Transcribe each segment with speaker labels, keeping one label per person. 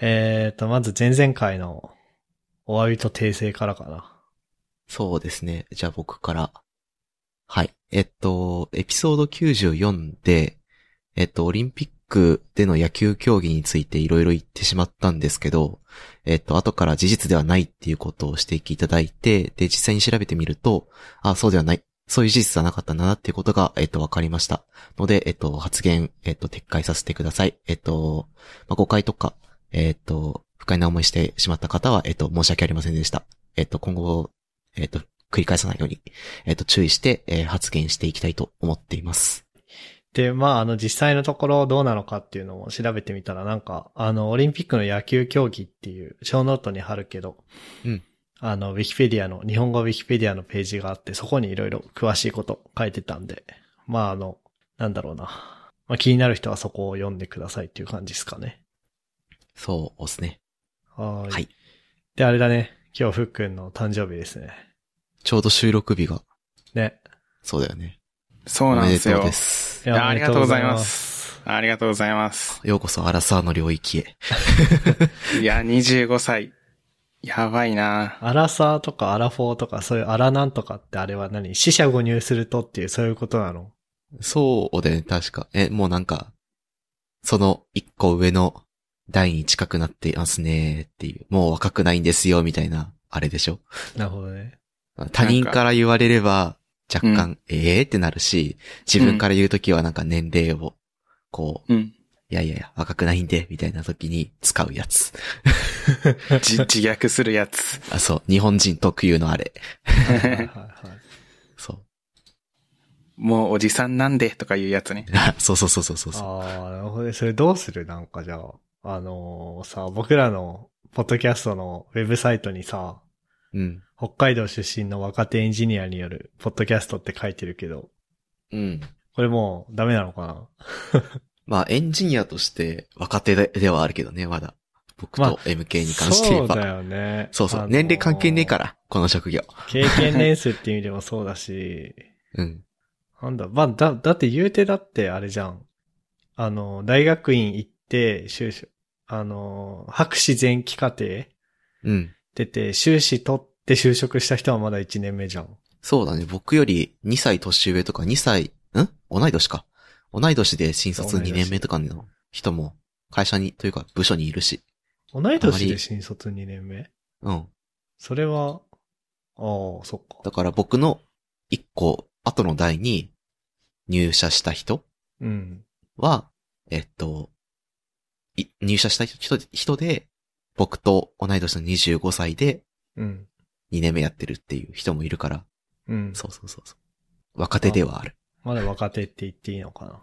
Speaker 1: えーと、まず前々回のお詫びと訂正からかな。
Speaker 2: そうですね。じゃあ僕から。はい。えっと、エピソード94で、えっと、オリンピックでの野球競技についていろいろ言ってしまったんですけど、えっと、後から事実ではないっていうことを指摘いただいて、で、実際に調べてみると、あ、そうではない。そういう事実はなかったんだなっていうことが、えっと、わかりました。ので、えっと、発言、えっと、撤回させてください。えっと、まあ、誤解とか、えっと、不快な思いしてしまった方は、えっと、申し訳ありませんでした。えっと、今後、えっ、と、繰り返さないように、えっ、と、注意して、えー発言していきたいと思っています。
Speaker 1: で、まあ、あの、実際のところどうなのかっていうのも調べてみたら、なんか、あの、オリンピックの野球競技っていう、小ノートに貼るけど、
Speaker 2: うん
Speaker 1: あの、ウィキペディアの、日本語ウィキペディアのページがあって、そこにいろいろ詳しいこと書いてたんで、まあ、あの、なんだろうな。まあ、気になる人はそこを読んでくださいっていう感じですかね。
Speaker 2: そうですね。
Speaker 1: はー
Speaker 2: はい。
Speaker 1: で、あれだね。今日、ふっくんの誕生日ですね。
Speaker 2: ちょうど収録日が、
Speaker 1: ね。
Speaker 2: そうだよね。
Speaker 3: そうなんです
Speaker 2: おめ
Speaker 3: よ
Speaker 2: でとうで。
Speaker 1: い。
Speaker 2: す
Speaker 1: や
Speaker 3: ありがとうございま。
Speaker 1: おめでとうござい
Speaker 3: ありがとうございます。
Speaker 2: ようこそアラサーの領域へ。
Speaker 3: いや、25歳。やばいな
Speaker 1: アラサーとかアラフォーとか、そういうアラなんとかってあれは何死者誤入するとっていう、そういうことなの
Speaker 2: そうだよね、確か。え、もうなんか、その一個上の台に近くなっていますねっていう、もう若くないんですよ、みたいな、あれでしょ。
Speaker 1: なるほどね。
Speaker 2: 他人から言われれば、若干、ええーってなるし、自分から言うときはなんか年齢を、こう、
Speaker 3: うん。
Speaker 2: いやいやいや、若くないんで、みたいな時に使うやつ。
Speaker 3: じ自虐するやつ。
Speaker 2: あ、そう、日本人特有のあれ。
Speaker 1: はいはいはいはい
Speaker 2: そ
Speaker 3: もうおじさんなんでとかいう やつね。
Speaker 2: う。あそうそうそうそうそうそう。
Speaker 1: ああ、なるほどね。それどうするなんかじゃあ、あのーさ、僕らの、ポッドキャストのウェブサイトにさ、
Speaker 2: うん。
Speaker 1: 北海道出身の若手エンジニアによる、ポッドキャストって書いてるけど、
Speaker 2: うん。
Speaker 1: これもうダメなのかな
Speaker 2: まあ、エンジニアとして若手でではあるけどね、まだ。僕
Speaker 1: まあ
Speaker 2: と MK に関して言えば。
Speaker 1: そうだよね。
Speaker 2: そうそう
Speaker 1: あのー
Speaker 2: 年齢関係ねえから、この職業。
Speaker 1: 経験年数っていう意味でもそうだし、
Speaker 2: うん。
Speaker 1: なんだ、まあ、だ、だって言うてだってあれじゃん。あの、大学院行って、修士、あの、博士前期課程
Speaker 2: うん。
Speaker 1: 出て、修士取って就職した人はまだ1年目じゃん。
Speaker 2: そうだね。僕より2歳年上とか2歳、ん同い年か。同い年で新
Speaker 1: 同
Speaker 2: 卒
Speaker 1: い
Speaker 2: 2
Speaker 1: 年
Speaker 2: 年目とかの人も、会社に、というか部署にいるし。
Speaker 1: 同い年で新卒2年目
Speaker 2: うん。
Speaker 1: それは、ああ、そっ
Speaker 2: だ
Speaker 1: か。
Speaker 2: から僕の一個後の代に入社した人
Speaker 1: うん。
Speaker 2: は、えっと、い入社した人人で、僕と同い年の25歳で
Speaker 1: うん。
Speaker 2: 2年目やってるっていう人もいるから、
Speaker 1: うん。
Speaker 2: そうそうそうそう。若手ではある。
Speaker 1: まだ若手って言っていいのかな。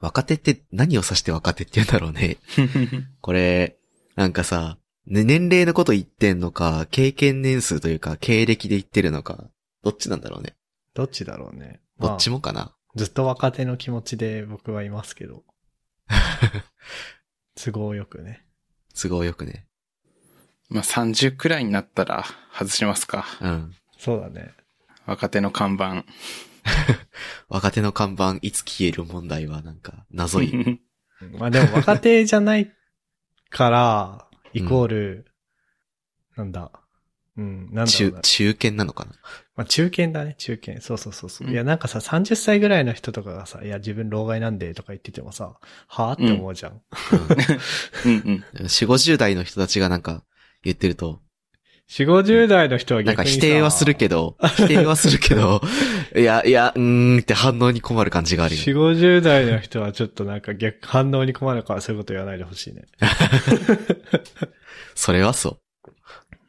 Speaker 2: 若手って何を指して若手って言うんだろうね。これ、なんかさ、ね年齢のこと言ってんのか、経験年数というか、経歴で言ってるのか、どっちなんだろうね。
Speaker 1: どっちだろうね。
Speaker 2: どっち
Speaker 1: も。
Speaker 2: もかな。
Speaker 1: ずっと若手の気持ちで僕はいますけど、都合よくね。
Speaker 2: 都合よくね。
Speaker 3: まあ、30くらいになったら外しますか。
Speaker 2: うん。
Speaker 1: そうだね。
Speaker 3: 若手の看板。
Speaker 2: 若手の看板いつ消える問題はなんか謎い。
Speaker 1: まあでも若手じゃないから、イコール、なんだ、うん、なんだろう
Speaker 2: 中
Speaker 1: な、。
Speaker 2: 中堅なのかな
Speaker 1: まあ中堅だね、中堅。そうそうそうそう。
Speaker 3: うん
Speaker 1: いやなんかさ、30歳ぐらいの人とかがさ、いや自分老害なんでとか言っててもさ、はぁって思うじゃん。
Speaker 3: うんうん。
Speaker 2: ?4、50代の人たちがなんか言ってると、
Speaker 1: 四五十代の人は
Speaker 2: なん
Speaker 1: 逆
Speaker 2: か
Speaker 1: にさ
Speaker 2: 否定はするけど、否定はする けど、いや、いや、うーんって反応に困る感じがある
Speaker 1: 四
Speaker 2: よ。
Speaker 1: 五十代の人はちょっとなんか逆反応に困るからそういうこと言わないでほしいね。
Speaker 2: それはそ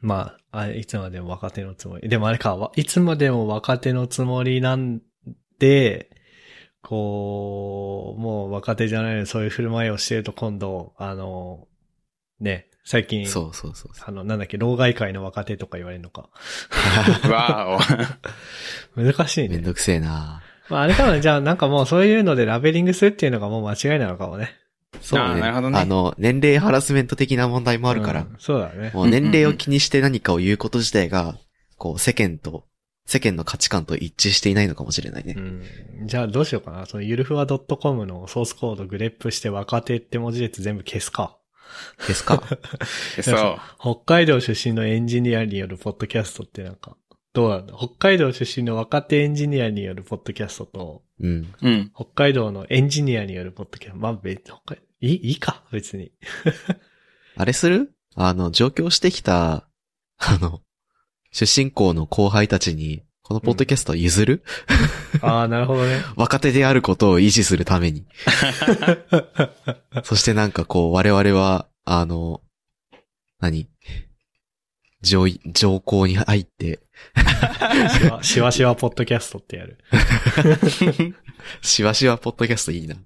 Speaker 1: まあ、あれいつまでも若手のつもり。でもあれか、わいつまでも若手のつもりなんで、こう、もう若手じゃないのにそういう振る舞いをしてると今度、あの、ね、最
Speaker 2: う。
Speaker 1: 近、
Speaker 2: そうそうそうそう。
Speaker 1: あの、なんだっけ、老害界の若手とか言われるのか。
Speaker 3: わ
Speaker 1: 難しい
Speaker 2: めん
Speaker 1: ね。
Speaker 2: どくせえな
Speaker 1: まああれかもね、じゃあなんかもうそういうのでラベリングするっていうのがもう間違いなのかもね。
Speaker 2: そう
Speaker 3: あー
Speaker 2: ね。
Speaker 3: なるほどね
Speaker 2: あの、年齢ハラスメント的な問題もあるから、
Speaker 1: うんそうだね。
Speaker 2: もう年齢を気にして何かを言うこと自体が、こう、世間と、世間の価値観と一致していないのかもしれないね
Speaker 1: う。ん。じゃあどうしようかな。そのゆるふわ .com のソースコードグレップして若手って文字列全部消すか。
Speaker 2: で すか
Speaker 3: そう。
Speaker 1: 北海道出身のエンジニアによるポッドキャストってなんか、どうなんだ北海道出身の若手エンジニアによるポッドキャストと、
Speaker 2: うん。
Speaker 3: うん。
Speaker 1: 北海道のエンジニアによるポッドキャスト。まあ、別、北海、いい、いいか、別 に。
Speaker 2: あれするあの、上京してきた、あの、出身校の後輩たちに、このポッドキャストを譲る、
Speaker 1: ああ、なるほどね。
Speaker 2: 若手であることを維持するために。そしてなんかこう、我々は、あの、何上位、上校に入って、
Speaker 1: し わ、しわしわポッドキャストってやる。
Speaker 2: しわしわポッドキャストいいな。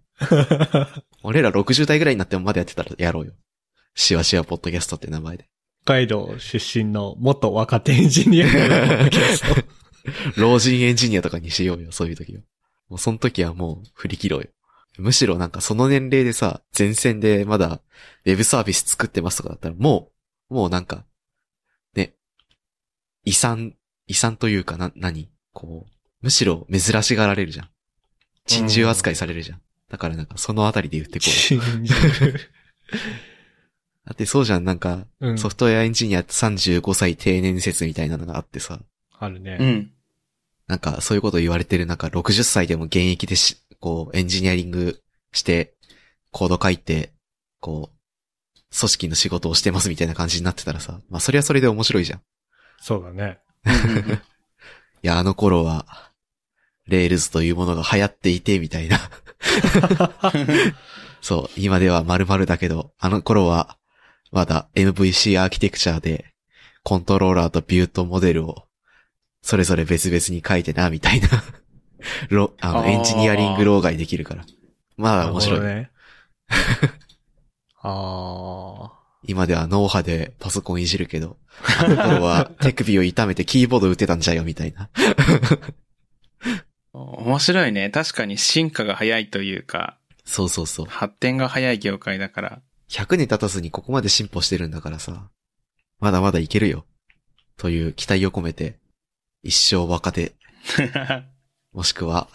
Speaker 2: 俺ら60代ぐらいになってもまだやってたらやろうよ。しわしわポッドキャストって名前で。
Speaker 1: 北海道出身の元若手エンジニアによるポッドキャスト。
Speaker 2: 老人エンジニアとかにしようよ、そういう時は。もうその時はもう振り切ろうよ。むしろなんかその年齢でさ、前線でまだウェブサービス作ってますとかだったらもう、もうなんか、ね、遺産、遺産というかな、何こう、むしろ珍しがられるじゃん。珍獣扱いされるじゃん。だからなんか そのあたりで言ってこうよ。
Speaker 1: 信じる
Speaker 2: だってそうじゃん、なんか、
Speaker 1: うん
Speaker 2: ソ。フトウェアエンジニアって35歳定年説みたいなのがあってさ、
Speaker 1: あるね。
Speaker 3: うん。
Speaker 2: なんかそういうこと言われてる中、60歳でも現役でし、こう、エンジニアリングして、コード書いて、こう、組織の仕事をしてますみたいな感じになってたらさ、まあそれはそれで面白いじゃん。い
Speaker 1: そうだね。
Speaker 2: や、あの頃は、レールズというものが流行っていて、みたいな。そう、今では〇〇だけど、あの頃は、まだ MVC アーキテクチャで、コントローラーとビューとモデルを、それぞれ別々に書いてな、みたいな。 ロ、あの、
Speaker 3: あー
Speaker 2: エンジニアリング老害できるから。まあ面白い。
Speaker 1: な るほどね。あ
Speaker 2: 今では脳波でパソコンいじるけど、あの頃は手首を痛めてキーボード打てたんじゃよ、みたいな。
Speaker 3: 面白いね。確かに進化が早いというか、
Speaker 2: そうそうそう。
Speaker 3: 発展が早い業界だから。
Speaker 2: 100年経たずにここまで進歩してるんだからさ、まだまだいけるよ。という期待を込めて、一生若手、もしくは、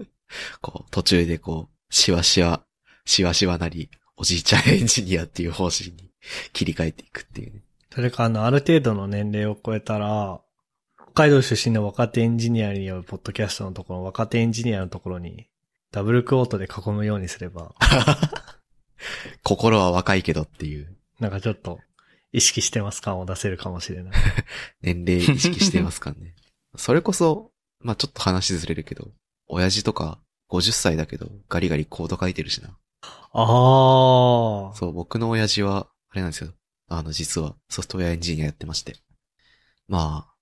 Speaker 2: こう、途中でこう、しわしわ、しわしわなり、おじいちゃんエンジニアっていう方針に切り替えていくっていうね。
Speaker 1: ーそれか、あの、ある程度の年齢を超えたら、北海道出身の若手エンジニアによるポッドキャストのところ、若手エンジニアのところに、ダブルクオートで囲むようにすれば、
Speaker 2: 心は若いけどっていう、
Speaker 1: なんかちょっと、意識してます感を出せるかもしれない。
Speaker 2: 年齢意識してますからね。それこそ、まあちょっと話ずれるけど、親父とか50歳だけど、ガリガリコード書いてるしな。
Speaker 1: ああ。
Speaker 2: そう、僕の親父は、あれなんですよ。あの、実はソフトウェアエンジニアやってまして。まあ、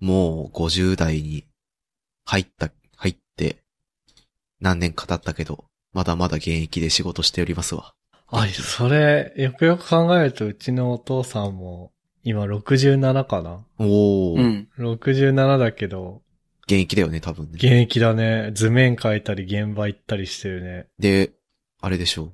Speaker 2: もう50代に入った、入って、何年か経ったけど、まだまだ現役で仕事しておりますわ。
Speaker 1: あ、それ、よくよく考えると、うちのお父さんも、今67かな
Speaker 2: おー、
Speaker 3: うん。
Speaker 1: ?67 だけど、
Speaker 2: 現役だよね、多分ね。
Speaker 1: 現役だね。図面描いたり、現場行ったりしてるね。
Speaker 2: で、あれでしょう。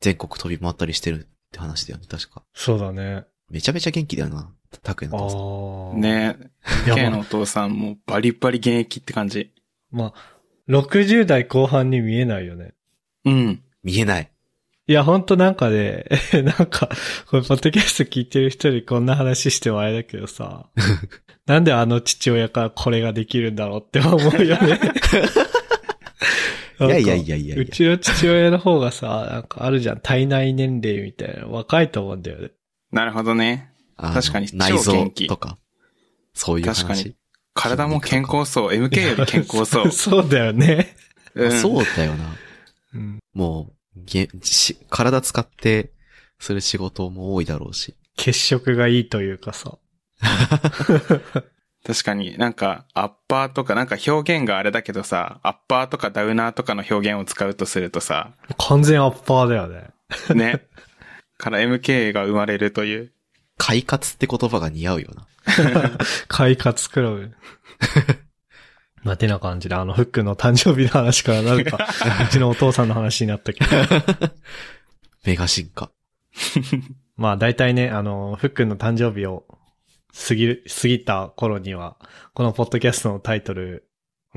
Speaker 2: 全国飛び回ったりしてるって話だよね、確か。
Speaker 1: そうだね。
Speaker 2: めちゃめちゃ元気だよな、たくや
Speaker 1: あ
Speaker 2: の父さん
Speaker 1: あ。。
Speaker 3: ね
Speaker 1: いや
Speaker 3: ケイのお父さんもバリバリ現役って感じ。
Speaker 1: まあ、60代後半に見えないよね。
Speaker 3: うん。
Speaker 2: 見えない。
Speaker 1: いや、ほんとなんかね、 なんか、これ、ポッドキャスト聞いてる人にこんな話してもあれだけど さ、なんであの父親からこれができるんだろうって思うよね。
Speaker 2: いやいやいやいやいや
Speaker 1: うちの父親の方がさ、なんかあるじゃん、体内年齢みたいな、若いと思うんだよね。
Speaker 3: なるほどね。
Speaker 2: あの
Speaker 3: 確かに
Speaker 2: 内
Speaker 3: 超
Speaker 2: 臓
Speaker 3: 元気
Speaker 2: とか。そういう話。
Speaker 3: 確かに体も健康そう。MK より健康そう。
Speaker 1: そうだよね。
Speaker 2: あ
Speaker 3: ん
Speaker 2: そうだよな。
Speaker 1: うん。
Speaker 2: もう、げし、体使って、する仕事も多いだろうし。
Speaker 1: 血色がいいというかさ。
Speaker 3: 確かになんか、アッパーとか、なんか表現があれだけどさ、アッパーとかダウナーとかの表現を使うとするとさ、
Speaker 1: 完全アッパーだよね。
Speaker 3: ね。から MK が生まれるという。
Speaker 2: 快活って言葉が似合うよな。
Speaker 1: 快活クラブ。まあ、 てな感じで、あの、フックの誕生日の話からなる か、うちのお父さんの話になったけど。
Speaker 2: メガ進化。
Speaker 1: まあ、大体ね、あの、フックの誕生日を過ぎる、過ぎた頃には、このポッドキャストのタイトル、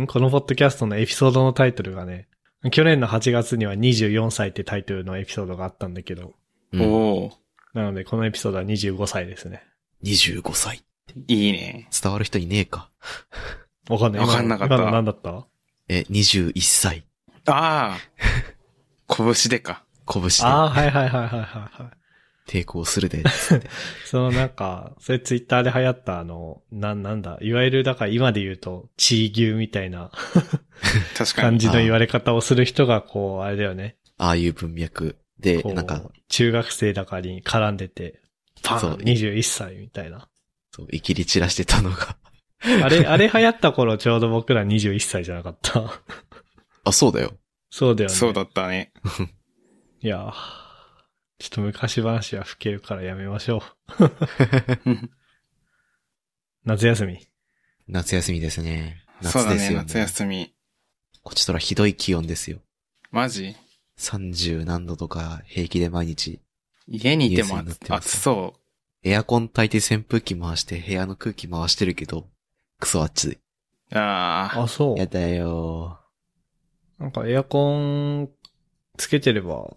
Speaker 1: んこのポッドキャストのエピソードのタイトルがね、去年の8月には24歳ってタイトルのエピソードがあったんだけど、
Speaker 2: うん
Speaker 3: おー
Speaker 1: なので、このエピソードは25歳ですね。
Speaker 2: 25歳。
Speaker 3: いいね。
Speaker 2: 伝わる人いねえか。
Speaker 1: わかんない。
Speaker 3: わかんなかった
Speaker 1: 今の何だった
Speaker 2: え、21歳。
Speaker 3: ああ。拳でか。
Speaker 2: 拳で
Speaker 1: ああ、はいはいはいはいはいはい。
Speaker 2: 抵抗するで。
Speaker 1: そのなんか、それツイッターで流行ったあの、なん、なんだ、いわゆるだから今で言うと、チー牛みたいな
Speaker 3: 確か
Speaker 1: 感
Speaker 3: に。
Speaker 1: じの言われ方をする人が、こう、あれだよね。
Speaker 2: ああいう文脈で、
Speaker 1: こう
Speaker 2: なんか、
Speaker 1: 中学生だからに絡んでて、パン
Speaker 2: そう
Speaker 1: !21 歳みたいな。
Speaker 2: そう、いきり散らしてたのが。
Speaker 1: あれ、あれ流行った頃ちょうど僕ら21歳じゃなかった。
Speaker 2: あ、そうだよ。
Speaker 1: そうだよね。
Speaker 3: そうだったね。
Speaker 1: いやーちょっと昔話は吹けるからやめましょう。
Speaker 3: うん
Speaker 1: 夏休み。
Speaker 2: 夏休みですね。
Speaker 3: そう
Speaker 2: 夏
Speaker 3: だ
Speaker 2: です
Speaker 3: ね、
Speaker 2: よ、ね。
Speaker 3: 夏休み。
Speaker 2: こっちとらひどい気温ですよ。
Speaker 3: マジ
Speaker 2: 30何度とか平気で毎日。
Speaker 3: 家にいて
Speaker 2: ニュース
Speaker 3: も
Speaker 2: になってます
Speaker 3: 暑そ
Speaker 2: エアコン炊いて扇風機回して部屋の空気回してるけど、クソ暑い。
Speaker 3: う。ああ。
Speaker 1: あ、そう。
Speaker 2: やだよ
Speaker 1: なんかエアコンつけてれば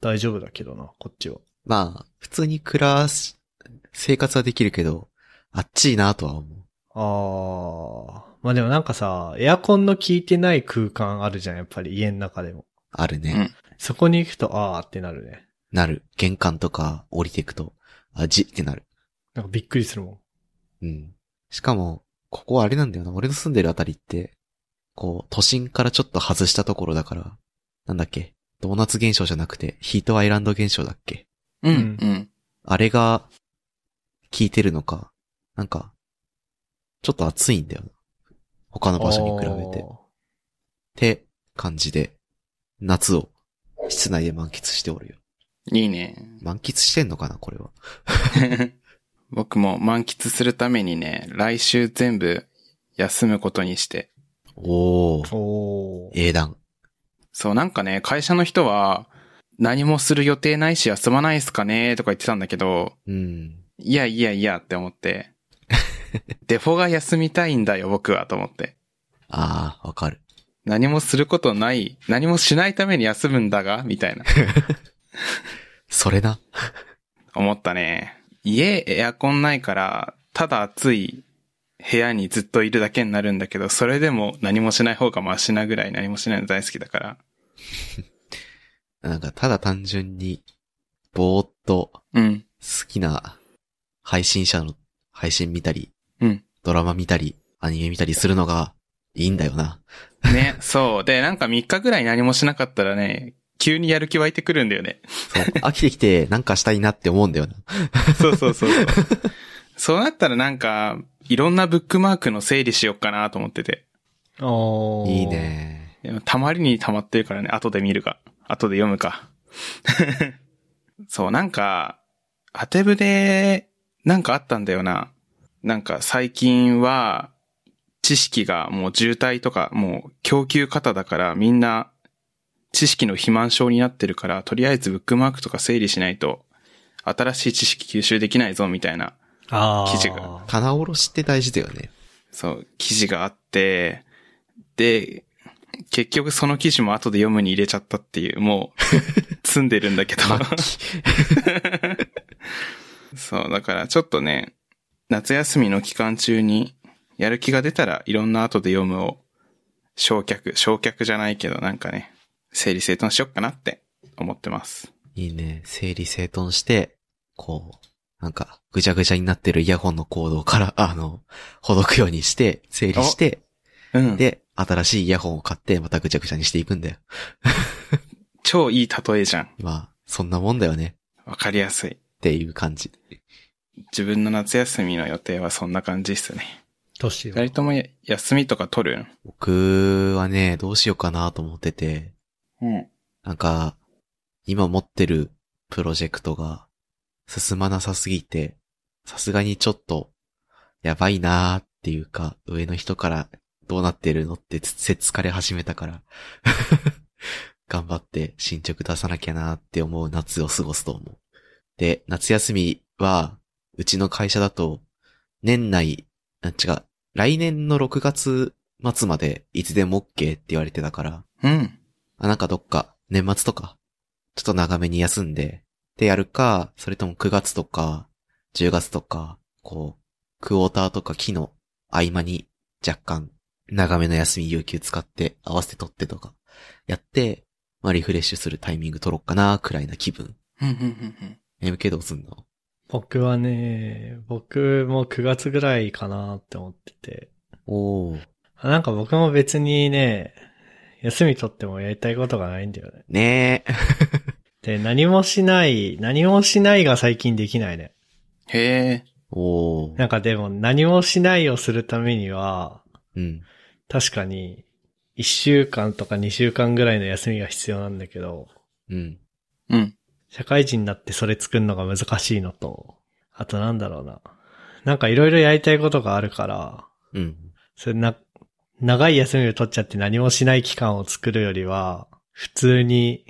Speaker 1: 大丈夫だけどな、こっちは。
Speaker 2: ー。まあ、普通に暮らし、生活はできるけど、あっちいなとは思う。
Speaker 1: あー。まあでもなんかさ、エアコンの効いてない空間あるじゃん、やっぱり家の中でも。
Speaker 2: あるね。
Speaker 3: うん
Speaker 1: そこに行くと、あーってなるね。
Speaker 2: なる。玄関とか降りてくと、あ、じってなる。
Speaker 1: なんかびっくりするも
Speaker 2: うん。しかも、ここはあれなんだよな。俺の住んでるあたりって、こう、都心からちょっと外したところだから、なんだっけ。ドーナツ現象じゃなくて、ヒートアイランド現象だっけ。
Speaker 3: うん、うん。
Speaker 2: あれが、効いてるのか、なんか、ちょっと暑いんだよな。他の
Speaker 1: ん。
Speaker 2: 場所に比べて。って感じで、夏を室内で満喫しておるよ。
Speaker 3: いいね。
Speaker 2: 満喫してんのかな、これは。
Speaker 3: 僕も満喫するためにね、来週全部休むことにして。
Speaker 2: お
Speaker 1: て。
Speaker 2: ー、
Speaker 1: おー。
Speaker 2: 英断。
Speaker 3: そう、なんかね、会社の人は、何もする予定ないし休まないっすかねとか言ってたんだけど、
Speaker 2: うん。
Speaker 3: いやいやいやって思って。デフォが休みたいんだよ、僕は、と思って。
Speaker 2: あー、わかる。
Speaker 3: 何もすることない、何もしないために休むんだがみたいな。
Speaker 2: それな。
Speaker 3: 思ったね。家エアコンないから、ただ暑い部屋にずっといるだけになるんだけど、それでも何もしない方がマシなぐらい何もしないの大好きだから。
Speaker 2: なんか、ただ単純に、ぼーっと、
Speaker 3: うん。
Speaker 2: 好きな配信者の配信見たり、
Speaker 3: うん
Speaker 2: ドラマ見たり、アニメ見たりするのが、いいんだよな。
Speaker 3: ね、そう。で、なんか3日ぐらい何もしなかったらね、急にやる気湧いてくるんだよね。
Speaker 2: そう。 飽きてきて、なんかしたいなって思うんだよな。
Speaker 3: そうそう そうそう。そうなったらなんか、いろんなブックマークの整理しようかなと思ってて。
Speaker 1: おー。
Speaker 2: いい。ね。
Speaker 3: でもたまりに溜まってるからね、後で見るか。後で読むか。 そう、なんか、アテブで、なんかあったんだよな。なんか最近は、知識がもう渋滞とか、もう供給過多だから、みんな、知識の肥満症になってるから、とりあえずブックマークとか整理しないと、新しい知識吸収できないぞ、みたいな。
Speaker 1: あー。
Speaker 3: 記事が
Speaker 2: 棚卸しって大事だよね。
Speaker 3: そう、記事があって、で、結局その記事も後で読むに入れちゃったっていう、もう、 詰んでるんだけど。 そう、だからちょっとね、夏休みの期間中に、やる気が出たらいろんな後で読むを、焼却、焼却じゃないけどなんかね、整理整頓しよっかなって思ってます。
Speaker 2: いいね。整理整頓して、こう、なんか、ぐちゃぐちゃになってるイヤホンのコードから、 あの、ほどくようにして、整理して、
Speaker 3: うん。で、
Speaker 2: で、新しいイヤホンを買って、またぐちゃぐちゃにしていくんだよ。
Speaker 3: 超いい例えじゃん。
Speaker 2: まあ、そんなもんだよね。
Speaker 3: わかりやすい。
Speaker 2: っていう感じ。
Speaker 3: 自分の夏休みの予定はそんな感じっすね。
Speaker 1: どうしよ
Speaker 3: 二
Speaker 1: う。
Speaker 3: 人ともや休みとか取る
Speaker 2: 僕はね、どうしようかなと思ってて、
Speaker 3: うん。
Speaker 2: なんか、今持ってるプロジェクトが進まなさすぎて、さすがにちょっと、やばいなーっていうか、上の人からどうなってるのってつせつかれ始めたから、 頑張って進捗出さなきゃなーって思う夏を過ごすと思う。で、夏休みは、うちの会社だと、年内、あ違う、来年の6月末までいつでも OK って言われてたから、
Speaker 3: うん。
Speaker 2: あ、なんかどっか、年末とか、ちょっと長めに休んで、でやるか、それとも9月とか、10月とか、こう、クォーターとか期の合間に若干長めの休み有給使って合わせて取ってとか、やって、まあリフレッシュするタイミング取ろうかな、くらいな気分。
Speaker 3: うんうんうんうん
Speaker 2: MK どうすんの
Speaker 1: 僕はね、僕も9月ぐらいかなって思ってて。
Speaker 2: おー。
Speaker 1: なんか僕も別にね、休み取ってもやりたいことがないんだよね。
Speaker 2: ねえ。
Speaker 1: で、何もしない、何もしないが最近できないね。
Speaker 3: へえ。
Speaker 2: お
Speaker 1: な
Speaker 2: ー。
Speaker 1: んかでも何もしないをするためには、
Speaker 2: うん。
Speaker 1: 確かに、1週間とか2週間ぐらいの休みが必要なんだけど、
Speaker 2: うん。
Speaker 3: うん。
Speaker 1: 社会人になってそれ作るのが難しいのと、あとなんだろうな。なんかいろいろやりたいことがあるから、
Speaker 2: うん。
Speaker 1: それな、長い休みを取っちゃって何もしない期間を作るよりは、普通に、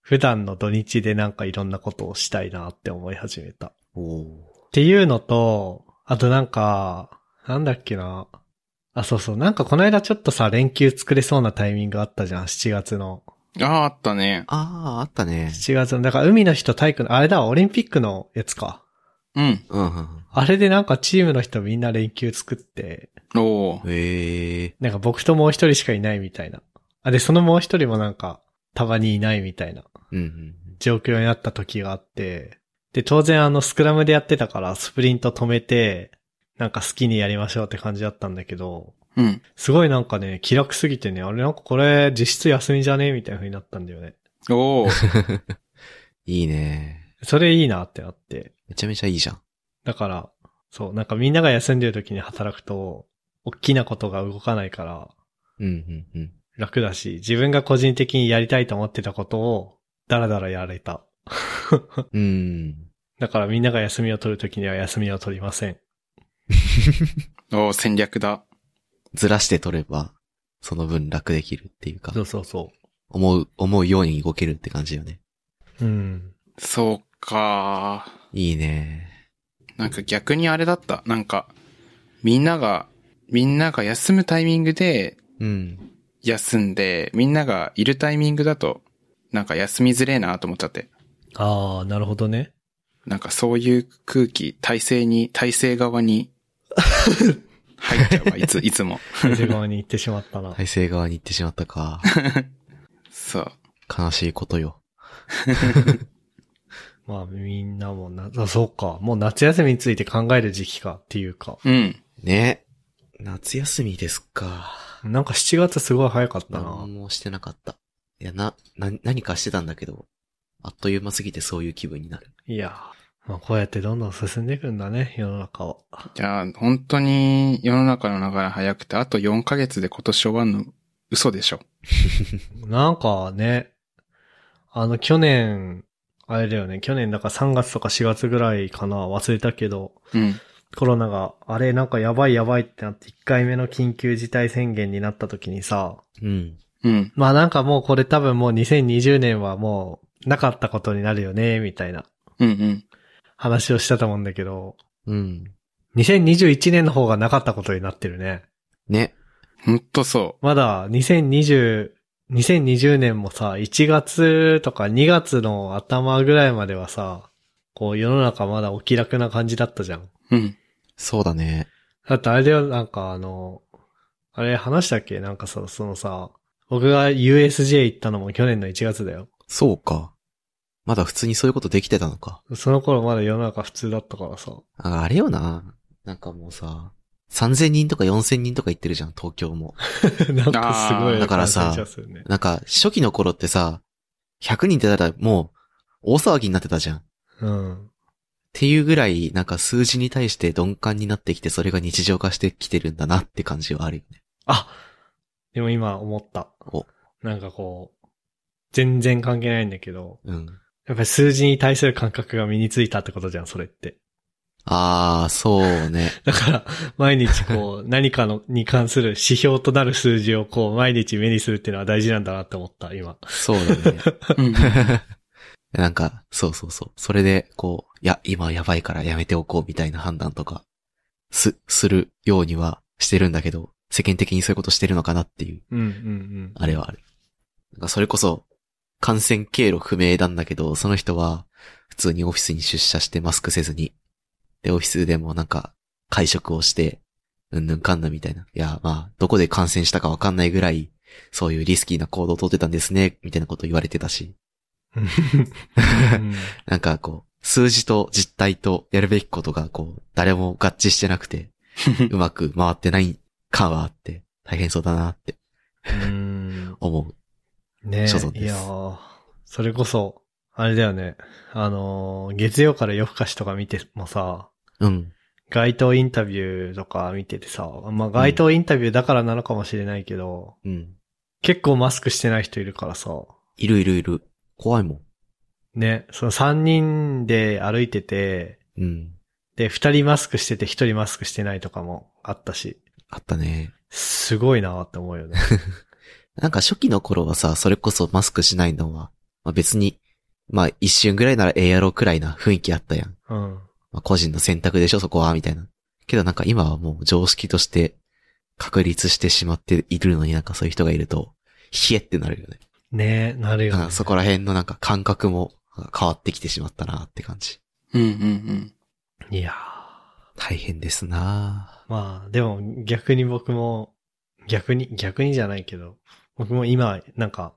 Speaker 1: 普段の土日でなんかいろんなことをしたいなって思い始めた。っ
Speaker 2: おー。
Speaker 1: ていうのと、あとなんか、なんだっけな。あ、そうそう。なんかこの間ちょっとさ、連休作れそうなタイミングあったじゃん。7月の。
Speaker 3: ああ、あったね。
Speaker 2: あー、あったね。
Speaker 1: 7月の、だから海の人体育の、あれだ、オリンピックのやつか。
Speaker 3: うん。
Speaker 2: うんうん
Speaker 1: あれでなんかチームの人みんな連休作って、
Speaker 3: おー
Speaker 2: うん。へえ。
Speaker 1: なんか僕ともう一人しかいないみたいな。あ、で、そのもう一人もなんか、たまにいないみたいな
Speaker 2: うんうん。
Speaker 1: 状況になった時があって、で、当然あの、スクラムでやってたから、スプリント止めて、なんか好きにやりましょうって感じだったんだけど、
Speaker 3: うん。
Speaker 1: すごいなんかね、気楽すぎてね、あれなんかこれ、実質休みじゃねみたいな風になったんだよね。
Speaker 3: おー
Speaker 2: いいね。
Speaker 1: それいいなってなって。
Speaker 2: めちゃめちゃいいじゃん。
Speaker 1: だから、そう、なんかみんなが休んでる時に働くと、大きなことが動かないから、
Speaker 2: うんうんうん。
Speaker 1: 楽だし、自分が個人的にやりたいと思ってたことを、だらだらやれた。
Speaker 2: うん。
Speaker 1: だからみんなが休みを取るときには休みを取りません。
Speaker 3: おー戦略だ。
Speaker 2: ずらして取れば、その分楽できるっていうか、
Speaker 1: うそうそ
Speaker 2: 思う、思うように動けるって感じよね。
Speaker 1: う。うん。
Speaker 3: そうかー。
Speaker 2: いいね。
Speaker 3: なんか逆にあれだった。なんか、みんなが、みんなが休むタイミングで
Speaker 2: うん。
Speaker 3: 休んで、みんながいるタイミングだと、なんか休みづれえなと思っちゃって。
Speaker 1: ああ、なるほどね。
Speaker 3: なんかそういう空気、体制に、体制側に、入っちゃうわ、いつ、いつも。
Speaker 1: 手側に行ってしまった な。
Speaker 2: 体制側に行ってしまった か。
Speaker 3: そう。
Speaker 2: 悲しいことよ。
Speaker 1: まあみんなもな、あそうか。もう夏休みについて考える時期かっていうか。
Speaker 3: うん。
Speaker 2: ね。夏休みですか。
Speaker 1: なんか7月すごい早かったな
Speaker 2: 何。もしてなかった。いや、な、な、何かしてたんだけど、あっという間すぎてそういう気分になる。
Speaker 1: いやー。まあこうやってどんどん進んでいくんだね、世の中は。
Speaker 3: じゃあ、本当に世の中の流れ早くて、あと4ヶ月で今年終わるの嘘でしょ。
Speaker 1: なんかね、あの去年、あれだよね、去年だから3月とか4月ぐらいかな、忘れたけど、
Speaker 3: うん。
Speaker 1: コロナが、あれなんかやばいやばいってなって1回目の緊急事態宣言になった時にさ、
Speaker 2: うん。
Speaker 3: うん。
Speaker 1: まあなんかもうこれ多分もう2020年はもうなかったことになるよね、みたいな
Speaker 3: うんうん。
Speaker 1: 話をしたと思うんだけど、
Speaker 2: うん。
Speaker 1: 2021年の方がなかったことになってるね。
Speaker 2: ね。
Speaker 3: ほんとそ
Speaker 1: まだ2020、2020年もさ、1月とか2月の頭ぐらいまではさ、こう世の中まだお気楽な感じだったじゃん。
Speaker 3: う。うん。
Speaker 2: そうだね。
Speaker 1: だってあれだよ、なんかあの、あれ話したっけなんかさ、そのさ、僕が USJ 行ったのも去年の1月だよ。
Speaker 2: そうか。まだ普通にそういうことできてたのか。
Speaker 1: その頃まだ世の中普通だったからさ。
Speaker 2: ああれよな。なんかもうさ、3000人とか4000人とか言ってるじゃん、東京も。
Speaker 1: なんかすご
Speaker 3: あー
Speaker 1: い
Speaker 2: だからさ
Speaker 1: 感じがするね。
Speaker 2: なんか、初期の頃ってさ、100人ってたらもう、大騒ぎになってたじゃん。っ
Speaker 1: うん。
Speaker 2: ていうぐらい、なんか数字に対して鈍感になってきて、それが日常化してきてるんだなって感じはあるよね。
Speaker 1: あでも今思った。
Speaker 2: お
Speaker 1: なんかこう、全然関係ないんだけど、
Speaker 2: うん。
Speaker 1: やっぱり数字に対する感覚が身についたってことじゃん、それって。
Speaker 2: あー、そうね。
Speaker 1: だから、毎日こ う、何かの、に関する指標となる数字をこう、毎日目にするっていうのは大事なんだなって思った、今。
Speaker 2: そうだね。
Speaker 3: うん。
Speaker 2: なんか、そうそうそう。それで、こう、いや、今はやばいからやめておこうみたいな判断とか、す、するようにはしてるんだけど、世間的にそういうことしてるのかなっていう、
Speaker 1: うん、うん、うん。
Speaker 2: あれはある。なんかそれこそ、感染経路不明なんだけど、その人は、普通にオフィスに出社してマスクせずに、で、オフィスでもなんか、会食をして、うんぬんかんぬんみたいな。いや、まあ、どこで感染したかわかんないぐらい、そういうリスキーな行動をとってたんですね、みたいなこと言われてたし。
Speaker 1: うん
Speaker 2: なんかこう、数字と実態とやるべきことがこう、誰も合致してなくて、うまく回ってない感はあって、大変そうだなって
Speaker 1: うん
Speaker 2: 思う。
Speaker 1: ね
Speaker 2: 所存で
Speaker 1: え、
Speaker 2: す
Speaker 1: いやーそれこそ、あれだよね。あのー、月曜から夜更かしとか見てもさ、
Speaker 2: うん。
Speaker 1: 街頭インタビューとか見ててさ、まあ街頭インタビューだからなのかもしれないけど、
Speaker 2: うん。
Speaker 1: 結構マスクしてない人いるからさ、
Speaker 2: いるいるいる。怖いも
Speaker 1: ね、その3人で歩いてて、
Speaker 2: ん。うん。
Speaker 1: で、2人マスクしてて1人マスクしてないとかもあったし、
Speaker 2: あったね。
Speaker 1: すごいなって思うよね。
Speaker 2: なんか初期の頃はさ、それこそマスクしないのは、まあ別に、まあ一瞬ぐらいならええやろくらいな雰囲気あったやん。
Speaker 1: うん。
Speaker 2: まあ個人の選択でしょ、そこは、みたいな。けどなんか今はもう常識として確立してしまっているのになんかそういう人がいると、冷えってなるよね。
Speaker 1: ねなるよ
Speaker 2: なん
Speaker 1: ね
Speaker 2: か。そこら辺のなんか感覚も変わってきてしまったなって感じ。
Speaker 3: うんうんうん。
Speaker 1: いやー
Speaker 2: 大変ですな
Speaker 1: まあ、でも逆に僕も、逆に、逆にじゃないけど、僕も今、なんか、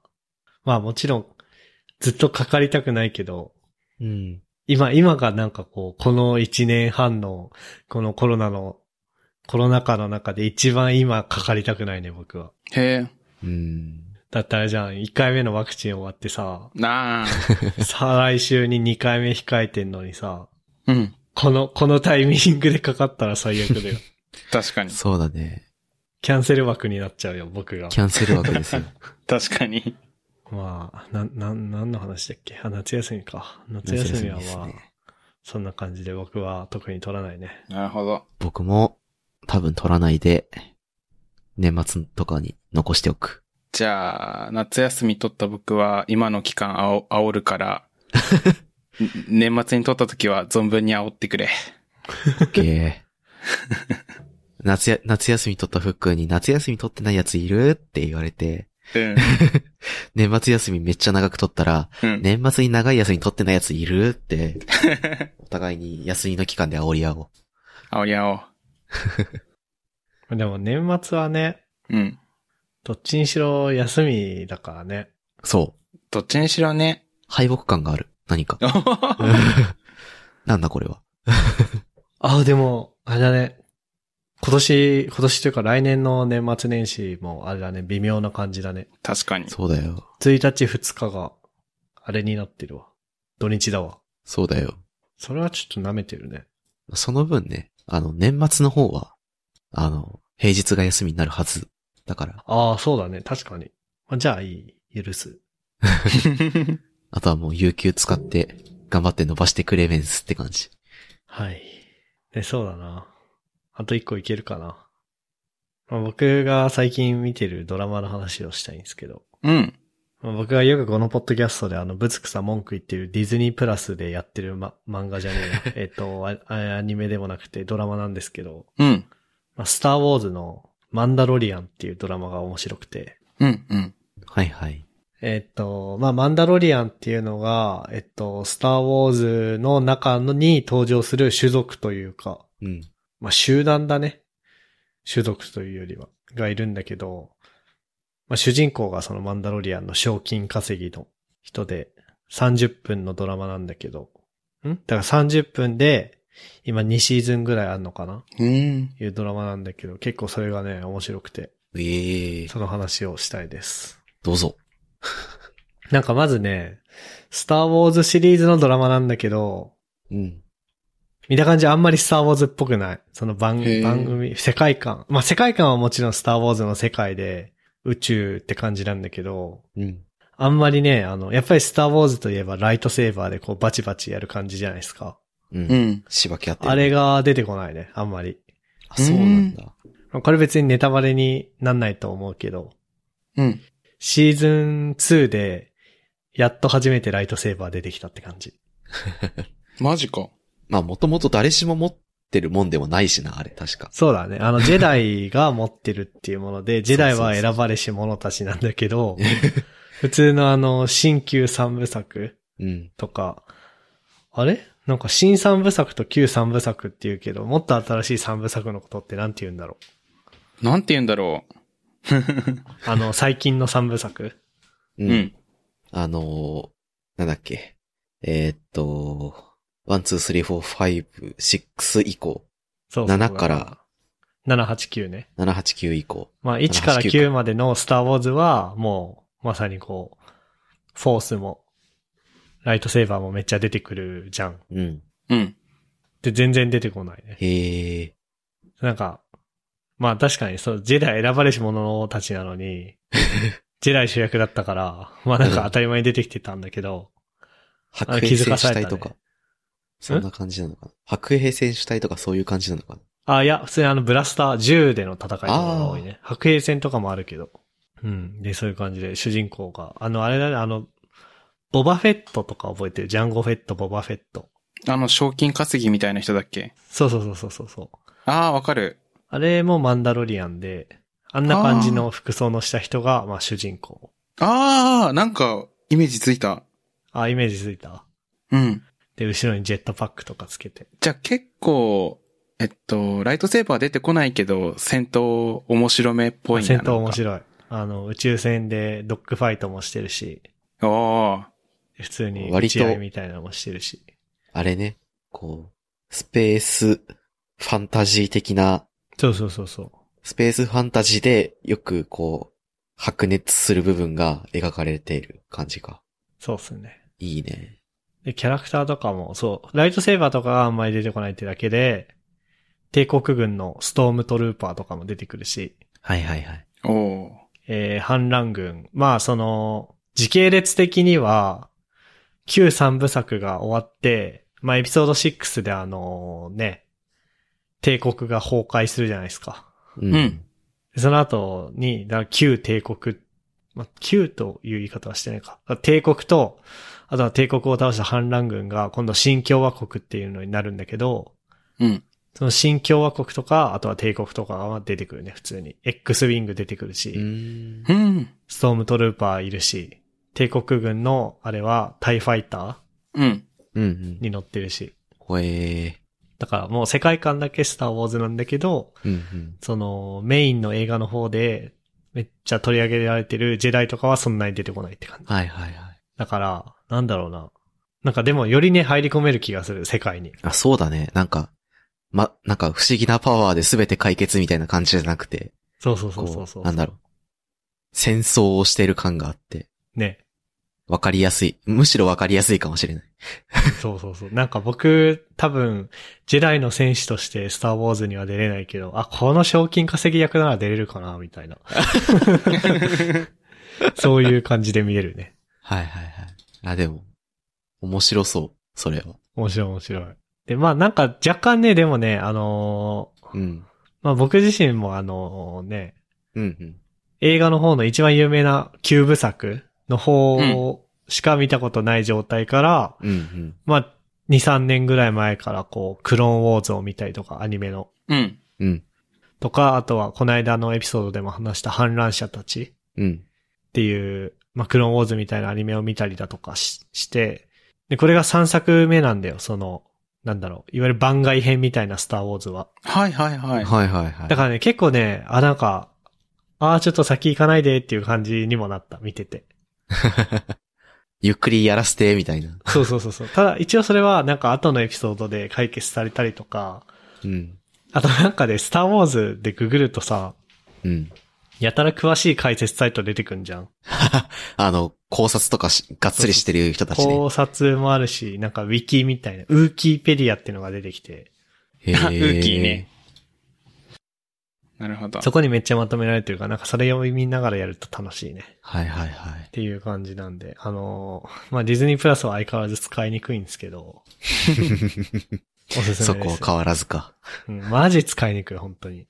Speaker 1: まあもちろん、ずっとかかりたくないけど、
Speaker 2: うん。
Speaker 1: 今、今がなんかこう、この1年半の、このコロナの、コロナ禍の中で一番今かかりたくないね、僕は。
Speaker 3: へえ。、
Speaker 2: うん。
Speaker 1: だってあれじゃん、1回目のワクチン終わってさ
Speaker 3: なあ。
Speaker 1: 再来週に2回目控えてんのにさ、
Speaker 3: うん。
Speaker 1: この、このタイミングでかかったら最悪だ よ。
Speaker 3: 確かに。
Speaker 2: そうだね。
Speaker 1: キャンセル枠になっちゃうよ、僕が
Speaker 2: キ。ャンセル枠ですよ。
Speaker 3: 確かに。
Speaker 1: まあ、なん、なん、何の話だっけあ、夏休みか。夏
Speaker 2: 夏
Speaker 1: 休
Speaker 2: 休
Speaker 1: み
Speaker 2: み
Speaker 1: は
Speaker 2: です
Speaker 1: まあ、
Speaker 2: ね。
Speaker 1: そんな感じで僕は特に取らないね。
Speaker 3: なるほど。
Speaker 2: 僕も多分取らないで、年末とかに残してお く。
Speaker 3: じゃあ、夏休み取った僕は今の期間あお煽る から、ん年末に取った時は存分に煽ってくれ。
Speaker 2: OK。夏や、夏休み取ったフックに夏休み取ってないやついるって言われて、
Speaker 3: うん。
Speaker 2: 年末休みめっちゃ長く取ったら、
Speaker 3: うん。
Speaker 2: 年末に長い休み取ってないやついる って、お互いに休みの期間で煽り合おう。
Speaker 3: 煽り煽
Speaker 1: でも年末はね、
Speaker 3: う。うん。
Speaker 1: どっちにしろ休みだから ね。
Speaker 2: そう。
Speaker 3: どっちにしろ ね。。
Speaker 2: 敗北感がある。何か
Speaker 3: あ
Speaker 2: なんだこれは。
Speaker 1: あ、でも、あれだね。今年、今年というか来年の年末年始もあれだね、微妙な感じだね。
Speaker 3: 確かに。
Speaker 2: そうだよ。
Speaker 1: 1日2日が、あれになってるわ。土日だわ。
Speaker 2: そうだよ。
Speaker 1: それはちょっと舐めてるね。
Speaker 2: その分ね、あの、年末の方は、あの、平日が休みになるはず。だから、
Speaker 1: ああ、そうだね。確かに。まあじゃあいい。許す。
Speaker 2: あとはもう有給使って、頑張って伸ばしてくれメンスって感じ。
Speaker 1: はい。で、そうだな。あと一個いけるかな。まあ、僕が最近見てるドラマの話をしたいんですけど。
Speaker 3: うん。
Speaker 1: まあ、僕がよくこのポッドキャストであの、ぶつくさ文句言ってるディズニープラスでやってる、ま、漫画じゃねえ な。えっとああ、アニメでもなくてドラマなんですけど、
Speaker 3: うん。
Speaker 1: まあ、スターウォーズのマンダロリアンっていうドラマが面白くて。
Speaker 3: うん。うん。
Speaker 2: はいはい。
Speaker 1: えっと、まあ、マンダロリアンっていうのが、えっと、スターウォーズの中のに登場する種族というか、
Speaker 2: うん。
Speaker 1: まあ、集団だね。種族というよりは、がいるんだけど、まあ、主人公がそのマンダロリアンの賞金稼ぎの人で、30分のドラマなんだけど、んだから30分で、今2シーズンぐらいあるのかな
Speaker 3: うん。
Speaker 1: いうドラマなんだけど、結構それがね、面白くて、
Speaker 2: ええ
Speaker 1: その話をしたいです。
Speaker 2: どうぞ。
Speaker 1: なんかまずね、スターウォーズシリーズのドラマなんだけど、
Speaker 2: うん。
Speaker 1: 見た感じあんまりスターウォーズっぽくない。その番
Speaker 3: へー
Speaker 1: 番組、世界観。まあ、世界観はもちろんスターウォーズの世界で宇宙って感じなんだけど、
Speaker 2: うん。
Speaker 1: あんまりね、あの、やっぱりスターウォーズといえばライトセーバーでこうバチバチやる感じじゃないですか。
Speaker 2: う。
Speaker 3: うんん。
Speaker 2: しばき合ってる
Speaker 1: あれ。が出てこないね、あんまり。
Speaker 2: あ、そうなんだ。
Speaker 1: まあこれ別にネタバレになんないと思うけど、
Speaker 3: うん。
Speaker 1: シーズン2で、やっと初めてライトセーバー出てきたって感じ。
Speaker 3: マジか。
Speaker 2: まあ、もともと誰しも持ってるもんでもないしな、あれ、確か。
Speaker 1: そうだね。あの、ジェダイが持ってるっていうもの で、ジェダイ
Speaker 2: そう
Speaker 1: は
Speaker 2: そうそう
Speaker 1: 選ばれし者たちなんだ けど、普通のあの、新旧三部作
Speaker 2: うん。
Speaker 1: とか、あれなんか新三部作と旧三部作って言うけど、もっと新しい三部作のことってなんて言うんだろ
Speaker 3: なんて言うんだろ
Speaker 1: う。あ の、最近の三部作
Speaker 2: う
Speaker 3: う。うん。
Speaker 2: あのーなんだっけ。えーっと、ワン、ツー、スリー、フォー、ファイブ、シックス以降、
Speaker 1: そうそう。
Speaker 2: 7から。
Speaker 1: 7、8、9ね。
Speaker 2: 7、8、9以降。
Speaker 1: まあ、1から
Speaker 2: 7 9
Speaker 1: 9までのスターウォーズは、もう、まさにこう、フォースも、ライトセーバーもめっちゃ出てくるじゃん。
Speaker 2: うん。
Speaker 3: うん。
Speaker 1: で、全然出てこないね。
Speaker 2: へえ。
Speaker 1: なんか、まあ確かにそう、ジェダイ選ばれし者たちなの に、ジェダイ主役だったから、まあなんか当たり前に出てきてたんだけど、
Speaker 2: 白
Speaker 1: 気
Speaker 2: 兵
Speaker 1: づ
Speaker 2: 戦
Speaker 1: かさ
Speaker 2: 士
Speaker 1: れたね
Speaker 2: 隊とか。そんな感じなのかな。白兵戦士隊とかそういう感じなのかな。
Speaker 1: あ、いや、普通にあのブラスター銃での戦いとかが多いね。白兵戦とかもあるけど。うん。で、そういう感じで、主人公が、あの、あれだね、あの、ボバフェットとか覚えてる。ジャンゴフェット、ボバフェット。
Speaker 3: あの、賞金稼ぎみたいな人だっけ
Speaker 1: そうそうそうそうそうそう。
Speaker 3: ああ、わかる。
Speaker 1: あれもマンダロリアンで、あんな感じの服装のした人が、まあ主人公。
Speaker 3: ああ、なんか、イメージついた。
Speaker 1: あ、イメージついた。
Speaker 3: うん。
Speaker 1: で、後ろにジェットパックとかつけて。
Speaker 3: じゃあ結構、えっと、ライトセーバー出てこないけど、戦闘面白めっぽいな
Speaker 1: 戦闘面
Speaker 3: い。
Speaker 1: 白い。あの、宇宙船でドッグファイトもしてるし、
Speaker 3: おお
Speaker 1: 普通に打
Speaker 2: 割
Speaker 1: ち
Speaker 2: と
Speaker 1: 合いみたいなのもしてるし。
Speaker 2: あれね、こう、スペースファンタジー的な、
Speaker 1: そうそうそうそう。
Speaker 2: スペースファンタジーでよくこう、白熱する部分が描かれている感じか。
Speaker 1: そうっすね。
Speaker 2: いいね。
Speaker 1: で、キャラクターとかも、そう、ライトセーバーとかがあんまり出てこないってだけで、帝国軍のストームトルーパーとかも出てくるし、
Speaker 2: はいはいはい。
Speaker 3: ーおー
Speaker 1: えー、反乱軍。まあ、その、時系列的には、旧三部作が終わって、まあ、エピソード6であの、ね、帝国が崩壊するじゃないですか。
Speaker 2: うん
Speaker 3: うん
Speaker 1: でその後に、だから旧帝国、まあ、旧という言い方はしてないか。だから帝国と、あとは帝国を倒した反乱軍が今度新共和国っていうのになるんだけど、
Speaker 3: うん。
Speaker 1: その新共和国とか、あとは帝国とかが出てくるね、普通に。X ウィング出てくるし、
Speaker 2: うーん
Speaker 3: うん。
Speaker 1: ストームトルーパーいるし、帝国軍の、あれは、タイファイター
Speaker 3: うん。
Speaker 2: うんうん。
Speaker 1: に乗ってるし。
Speaker 2: ほえ
Speaker 1: だからもう世界観だけスターウォーズなんだけど、
Speaker 2: ー。うんうん。
Speaker 1: その、メインの映画の方で、めっちゃ取り上げられてるジェダイとかはそんなに出てこないって感じ。
Speaker 2: はいはいはい。
Speaker 1: だから、なんだろうな。なんかでもよりね、入り込める気がする、世界に。
Speaker 2: あ、そうだね。なんか、ま、なんか不思議なパワーで全て解決みたいな感じじゃなくて、
Speaker 1: そうそうそ
Speaker 2: こ
Speaker 1: うそうそう。
Speaker 2: なんだろう。戦争をしてる感があって、
Speaker 1: う。ね。
Speaker 2: わかりやすい。むしろわかりやすいかもしれない。
Speaker 1: そうそうそう。なんか僕、多分、ジェダイの戦士としてスターウォーズには出れないけど、あ、この賞金稼ぎ役なら出れるかな、み たいな。そういう感じで見れるね。
Speaker 2: はいはいはい。あ、でも、面白そう。それは。
Speaker 1: 面白い面白い。で、まあなんか若干ね、でもね、あのー
Speaker 2: うん。
Speaker 1: まあ僕自身もあのーね、
Speaker 2: うんうん。
Speaker 1: 映画の方の一番有名なキューブ作の方しか見たことない状態から、
Speaker 2: うんうん。
Speaker 1: まあ2、3年ぐらい前からこう、クローンウォーズを見たりとか、アニメの。
Speaker 3: うん。
Speaker 2: うん。
Speaker 1: とか、あとはこの間のエピソードでも話した反乱者たち
Speaker 2: うん。
Speaker 1: っていう、まあ、クローンウォーズみたいなアニメを見たりだとかしして、で、これが3作目なんだよ、その、なんだろう、いわゆる番外編みたいなスターウォーズは。
Speaker 3: はいはい はい。
Speaker 2: はいはいはい。
Speaker 1: だからね、結構ね、あ、なんか、ああ、ちょっと先行かないでっていう感じにもなった、見てて。
Speaker 2: ゆっくりやらせて、みたいな。
Speaker 1: そうそうそうそう。ただ、一応それはなんか後のエピソードで解決されたりとか、
Speaker 2: うん。
Speaker 1: あとなんかで、スターウォーズでググるとさ、
Speaker 2: うん。
Speaker 1: やたら詳しい解説サイト出てくんじゃん。
Speaker 2: あの、考察とかし、がっつりしてる人たちね。
Speaker 1: 考察もあるし、なんかウィキみたいな、ウーキーペディアっていうのが出てきて、
Speaker 2: へー
Speaker 3: あウーキーね。なるほど。
Speaker 1: そこにめっちゃまとめられてるから、なんかそれ読みながらやると楽しいね。
Speaker 2: はいはいはい
Speaker 1: っ。ていう感じなんで、あのーまあ、ディズニープラスは相変わらず使いにくいんですけど、おすす
Speaker 2: そ
Speaker 1: めで
Speaker 2: こ
Speaker 1: す。
Speaker 2: は変わらずか。
Speaker 1: うん、マジ使いにくい、本当 に。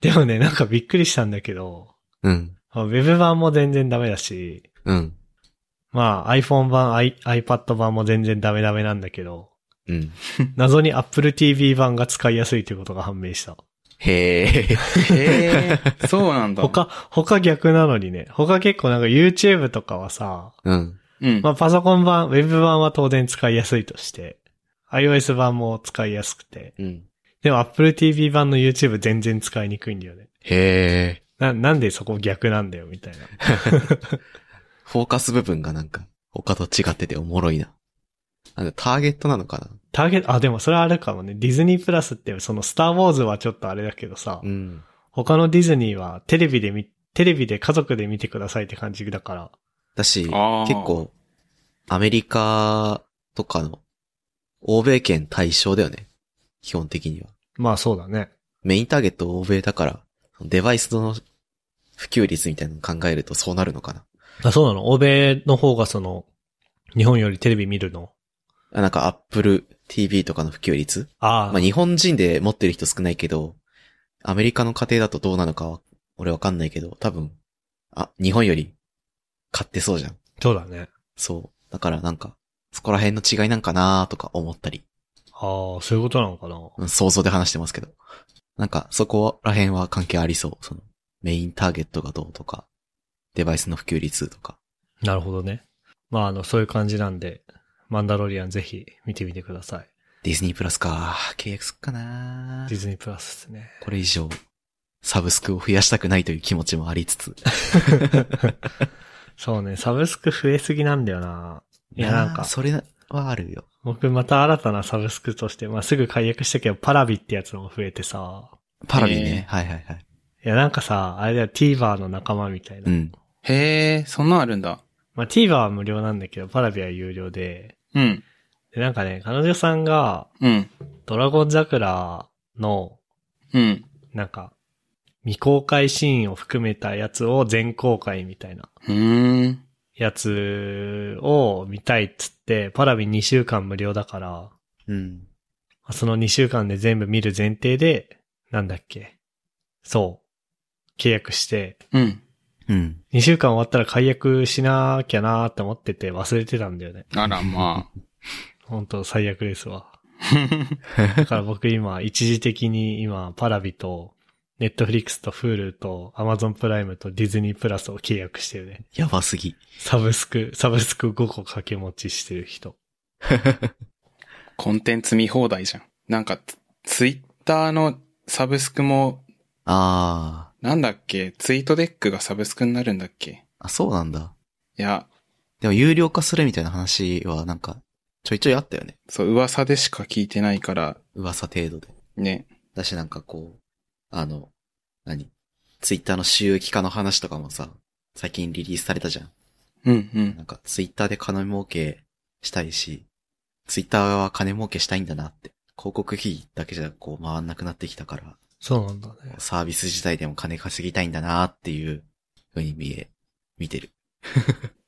Speaker 1: でもね、なんかびっくりしたんだけど、
Speaker 2: うん。
Speaker 1: まあウェブ版も全然ダメだし、
Speaker 2: うん。
Speaker 1: まあ iPhone 版、I、iPad 版も全然ダメダメなんだけど、
Speaker 2: うん。
Speaker 1: 謎に Apple TV 版が使いやすいということが判明した。
Speaker 2: へえ。
Speaker 3: へえ、そうなんだ。
Speaker 1: 他、他逆なのにね。他結構なんか YouTube とかはさ、
Speaker 2: うん。
Speaker 3: うん。
Speaker 1: まあ、パソコン版、ウェブ版は当然使いやすいとして、iOS 版も使いやすくて、
Speaker 2: うん。
Speaker 1: でも Apple TV 版の YouTube 全然使いにくいんだよね。
Speaker 2: へえ。
Speaker 1: な、なんでそこ逆なんだよ、みたいな。
Speaker 2: フォーカス部分がなんか、他と違ってておもろいな。あの、ターゲットなのかな
Speaker 1: ターゲット、あ、でもそれはあるかもね。ディズニープラスって、そのスターウォーズはちょっとあれだけどさ、
Speaker 2: うん。
Speaker 1: 他のディズニーはテレビで見、テレビで家族で見てくださいって感じだから、
Speaker 2: だし、結
Speaker 3: あー
Speaker 2: 構、アメリカとかの、欧米圏対象だよね。基本的には。
Speaker 1: まあそうだね。
Speaker 2: メインターゲット欧米だから、デバイスの普及率みたいなのを考えるとそうなるのかな。
Speaker 1: あ、そうなの欧米の方がその、日本よりテレビ見るの
Speaker 2: あなんか Apple TV とかの普及率
Speaker 1: ああ、
Speaker 2: まあ日本人で持ってる人少ないけど、アメリカの家庭だとどうなのかは、俺わかんないけど、多分、あ、日本より買ってそうじゃん。
Speaker 1: そうだね。
Speaker 2: そう。だからなんか、そこら辺の違いなんかなーとか思ったり、
Speaker 1: ああ、そういうことなのかな。
Speaker 2: うん想像で話してますけど。なんか、そこら辺は関係ありそう。その、メインターゲットがどうとか、デバイスの普及率とか。
Speaker 1: なるほどね。まああの、そういう感じなんで、マンダロリアンぜひ見てみてください。
Speaker 2: ディズニープラスか。契約すっかな
Speaker 1: ディズニープラスですね。
Speaker 2: これ以上、サブスクを増やしたくないという気持ちもありつつ。
Speaker 1: そうね、サブスク増えすぎなんだよな。いやなん
Speaker 2: あー
Speaker 1: か、
Speaker 2: それはあるよ。
Speaker 1: 僕また新たなサブスクとして、まあすぐ解約したけど、パラビってやつも増えてさ。
Speaker 2: パラビね。はいはいはい。
Speaker 1: いやなんかさ、あれだよ、TVer の仲間みたいな。
Speaker 2: うん。
Speaker 3: へえ、そんなんあるんだ。
Speaker 1: まあ TVer は無料なんだけど、パラビは有料で、
Speaker 3: うん。
Speaker 1: でなんかね、彼女さんが、
Speaker 3: うん。
Speaker 1: ドラゴン桜の、
Speaker 3: うん。
Speaker 1: なんか、未公開シーンを含めたやつを全公開みたいな
Speaker 3: うーん。
Speaker 1: やつを見たいっつって、パラビ2週間無料だから、
Speaker 2: うん。
Speaker 1: その2週間で全部見る前提で、なんだっけ。そう。契約して、
Speaker 3: うん。
Speaker 2: うん。
Speaker 1: 2週間終わったら解約しなきゃなーって思ってて忘れてたんだよね。
Speaker 3: あら、まあ。
Speaker 1: ほんと最悪です わ。だから僕今、一時的に今、パラビと、ネットフリックスと Hulu と Amazon プライムとディズニープラスを契約してるね。
Speaker 2: やばすぎ。
Speaker 1: サブスク、サブスク5個掛け持ちしてる人。
Speaker 3: コンテンツ見放題じゃん。なんか、ツツイッターのサブスクも、
Speaker 2: あ
Speaker 3: なんだっけ、ツイートデックがサブスクになるんだっけ。
Speaker 2: ー。あ、そうなんだ。
Speaker 3: いや、
Speaker 2: でも有料化するみたいな話はなんか、ちょいちょいあったよね。
Speaker 3: そう、噂でしか聞いてないから、
Speaker 2: 噂程度で。
Speaker 3: ね。
Speaker 2: だしなんかこう、あの、何ツイッターの収益化の話とかもさ、最近リリースされたじゃん。
Speaker 3: うんうん。
Speaker 2: なんかツイッターで金儲けしたいし、ツイッターは金儲けしたいんだなって。広告費だけじゃこう回んなくなってきたから、
Speaker 1: そうなんだね。
Speaker 2: サービス自体でも金稼ぎたいんだなっていう風に見え、見てる。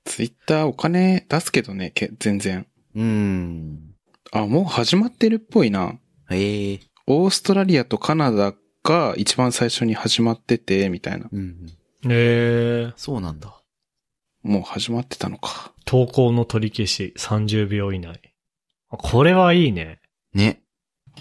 Speaker 3: ツイッターお金出すけどね、け全然。
Speaker 2: うーん。
Speaker 3: あ、もう始まってるっぽいな。
Speaker 2: ええ
Speaker 3: オーストラリアとカナダが一番最初に始まってて、みたいな。
Speaker 2: うんうん。
Speaker 1: えー、
Speaker 2: そうなんだ。
Speaker 3: もう始まってたのか。
Speaker 1: 投稿の取り消し30秒以内。あこれはいいね。
Speaker 2: ね。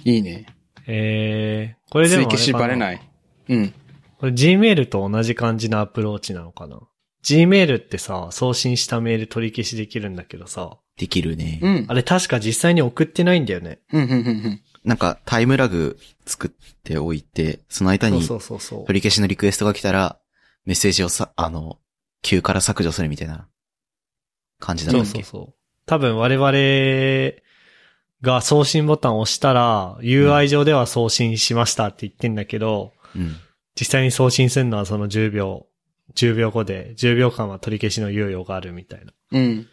Speaker 3: いいね。
Speaker 1: えー、これで
Speaker 3: 追
Speaker 1: もあれか
Speaker 3: 消しバレ
Speaker 1: い。
Speaker 3: ない。うん。
Speaker 1: これ Gmail と同じ感じのアプローチなのかな。Gmail ってさ、送信したメール取り消しできるんだけどさ、
Speaker 2: できるね。
Speaker 3: うん
Speaker 1: あ。れ確か実際に送ってないんだよね。
Speaker 3: うん、うん、うんうん。
Speaker 2: なんかタイムラグ作っておいて、その間
Speaker 1: そう
Speaker 2: に
Speaker 1: そうそうそう。
Speaker 2: 取り消しのリクエストが来たら、メッセージをさ、あの、急から削除するみたいな感じだった
Speaker 1: そ
Speaker 2: っ
Speaker 1: う
Speaker 2: け
Speaker 1: そうそう。多分我々が送信ボタンを押したら、UI 上では送信しましたって言ってんだけど、
Speaker 2: うん。
Speaker 1: 実際に送信するのはその10秒、10秒後で、10秒間は取り消しの猶予があるみたいな。
Speaker 3: うん。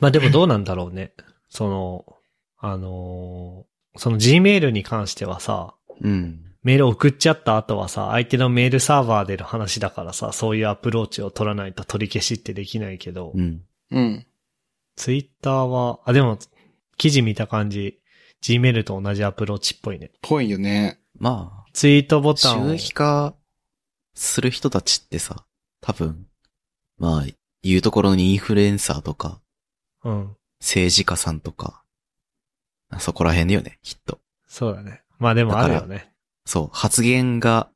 Speaker 1: まあでもどうなんだろうね。その、あのーその Gmail に関してはさ、
Speaker 2: うん。
Speaker 1: メール送っちゃった後はさ、相手のメールサーバーでの話だからさ、そういうアプローチを取らないと取り消しってできないけど、
Speaker 2: うん。
Speaker 3: うん。
Speaker 1: ツイッターは、あ、でも、記事見た感じ、Gmail と同じアプローチっぽいね。
Speaker 3: ぽいよね。
Speaker 2: ま
Speaker 1: ツイートボ
Speaker 2: あ、
Speaker 1: タン
Speaker 2: 収
Speaker 1: を。
Speaker 2: 益化する人たちってさ、多分、まあ、言うところにインフルエンサーとか、
Speaker 1: うん。
Speaker 2: 政治家さんとか、あそこら辺だよね、きっと。
Speaker 1: そうだね。まあでもあるよね。
Speaker 2: そう、発言が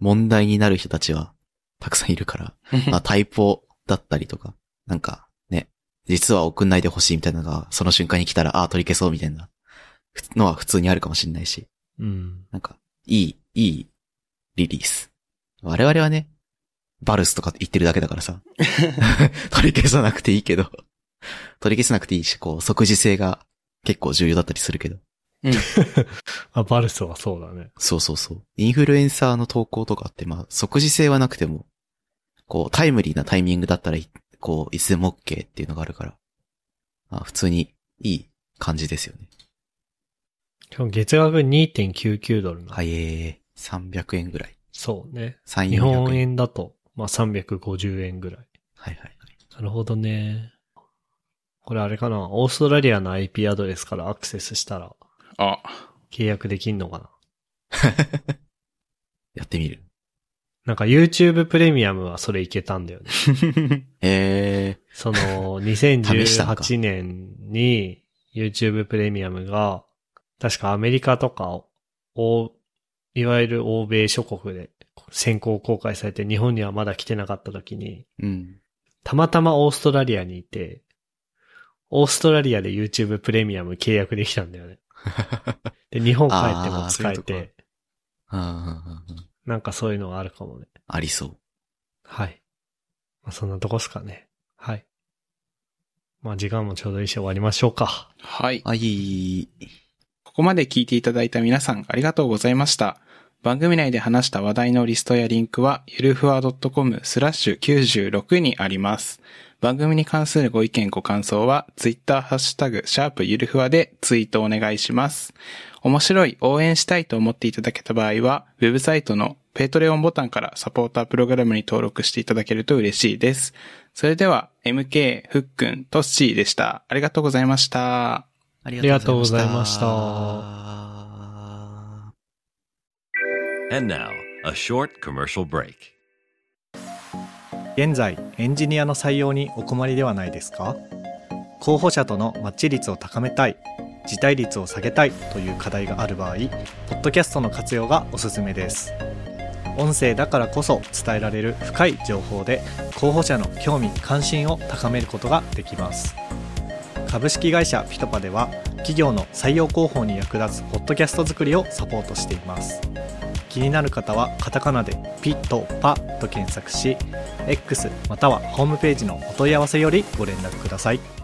Speaker 2: 問題になる 人たちは、たくさんいるから、まあ、タイプだったりとか、なんか、ね、実は送んないでほしいみたいなのが、その瞬間に来たら、ああ、取り消そうみたいなふのは普通にあるかもしれないし、
Speaker 1: うん。
Speaker 2: なんか、いい、いいリリース。我々はね、バルスとか言ってるだけだか らさ、取り消さなくていいけど、取り消さなくていいし、こう、即時性が結構重要だったりするけど、
Speaker 1: あ、バルスはそうだね。
Speaker 2: そうそうそう。インフルエンサーの投稿とかって、まあ、即時性はなくても、こう、タイムリーなタイミングだったらい、こう、いつでも OK っていうのがあるから、まあ、普通にいい感じですよね。
Speaker 1: しかも月額2.99ドルなの
Speaker 2: はい、えー、300円ぐらい。
Speaker 1: そうね。
Speaker 2: 3、
Speaker 1: 日
Speaker 2: 400
Speaker 1: 本
Speaker 2: 円。
Speaker 1: 円だと、まあ、350円ぐらい。
Speaker 2: はいはい。
Speaker 1: なるほどね。これあれかなオーストラリアの IP アドレスからアクセスしたら
Speaker 3: あ、
Speaker 1: 契約できんのかな
Speaker 2: やってみる。
Speaker 1: なんか YouTube プレミアムはそれいけたんだよね。
Speaker 2: え
Speaker 1: その、
Speaker 2: 試したのか
Speaker 1: 2018年に YouTube プレミアムが、確かアメリカとか、お、いわゆる欧米諸国で先行公開されて日本にはまだ来てなかった時に、
Speaker 2: ー、うん。
Speaker 1: たまたまオーストラリアにいて、オーストラリアで YouTube プレミアム契約できたんだ よね。で、日本帰っても使え
Speaker 2: あーそういう
Speaker 1: て、
Speaker 2: あー
Speaker 1: なんかそういうのがあるかもね。
Speaker 2: ありそう。
Speaker 1: はい。まあ、そんなとこっすかね。はい。まあ時間もちょうどいいし終わりましょうか。
Speaker 3: はい。
Speaker 2: あ、いい。
Speaker 3: ここまで聞いていただいた皆さんありがとうございました。番組内で話した話題のリストやリンクは、ゆるふわ .com スラッシュ96にあります。番組に関するご意見ご感想は、ツイッターハッシュタグ、シャープゆるふわでツイートお願いします。面白い、応援したいと思っていただけた場合は、ウェブサイトのペイトレオンボタンからサポータープログラムに登録していただけると嬉しいです。それでは、MK、ふっくん、とっしーでした。ありがとうございました。
Speaker 2: あ
Speaker 1: りがとうございました
Speaker 2: りがとうございました。
Speaker 4: And now, a short commercial break.
Speaker 5: 現在エンジニアの採用にお困りではないですか候補者とのマッチ率を高めたい辞退率を下げたいという課題がある場合ポッドキャストの活用がおすすめです音声だからこそ伝えられる深い情報で候補者の興味関心を高めることができます株式会社ピトパでは企業の採用広報に役立つポッドキャスト作りをサポートしています気になる方はカタカナでピトパと検索し X またはホームページのお問い合わせよりご連絡ください。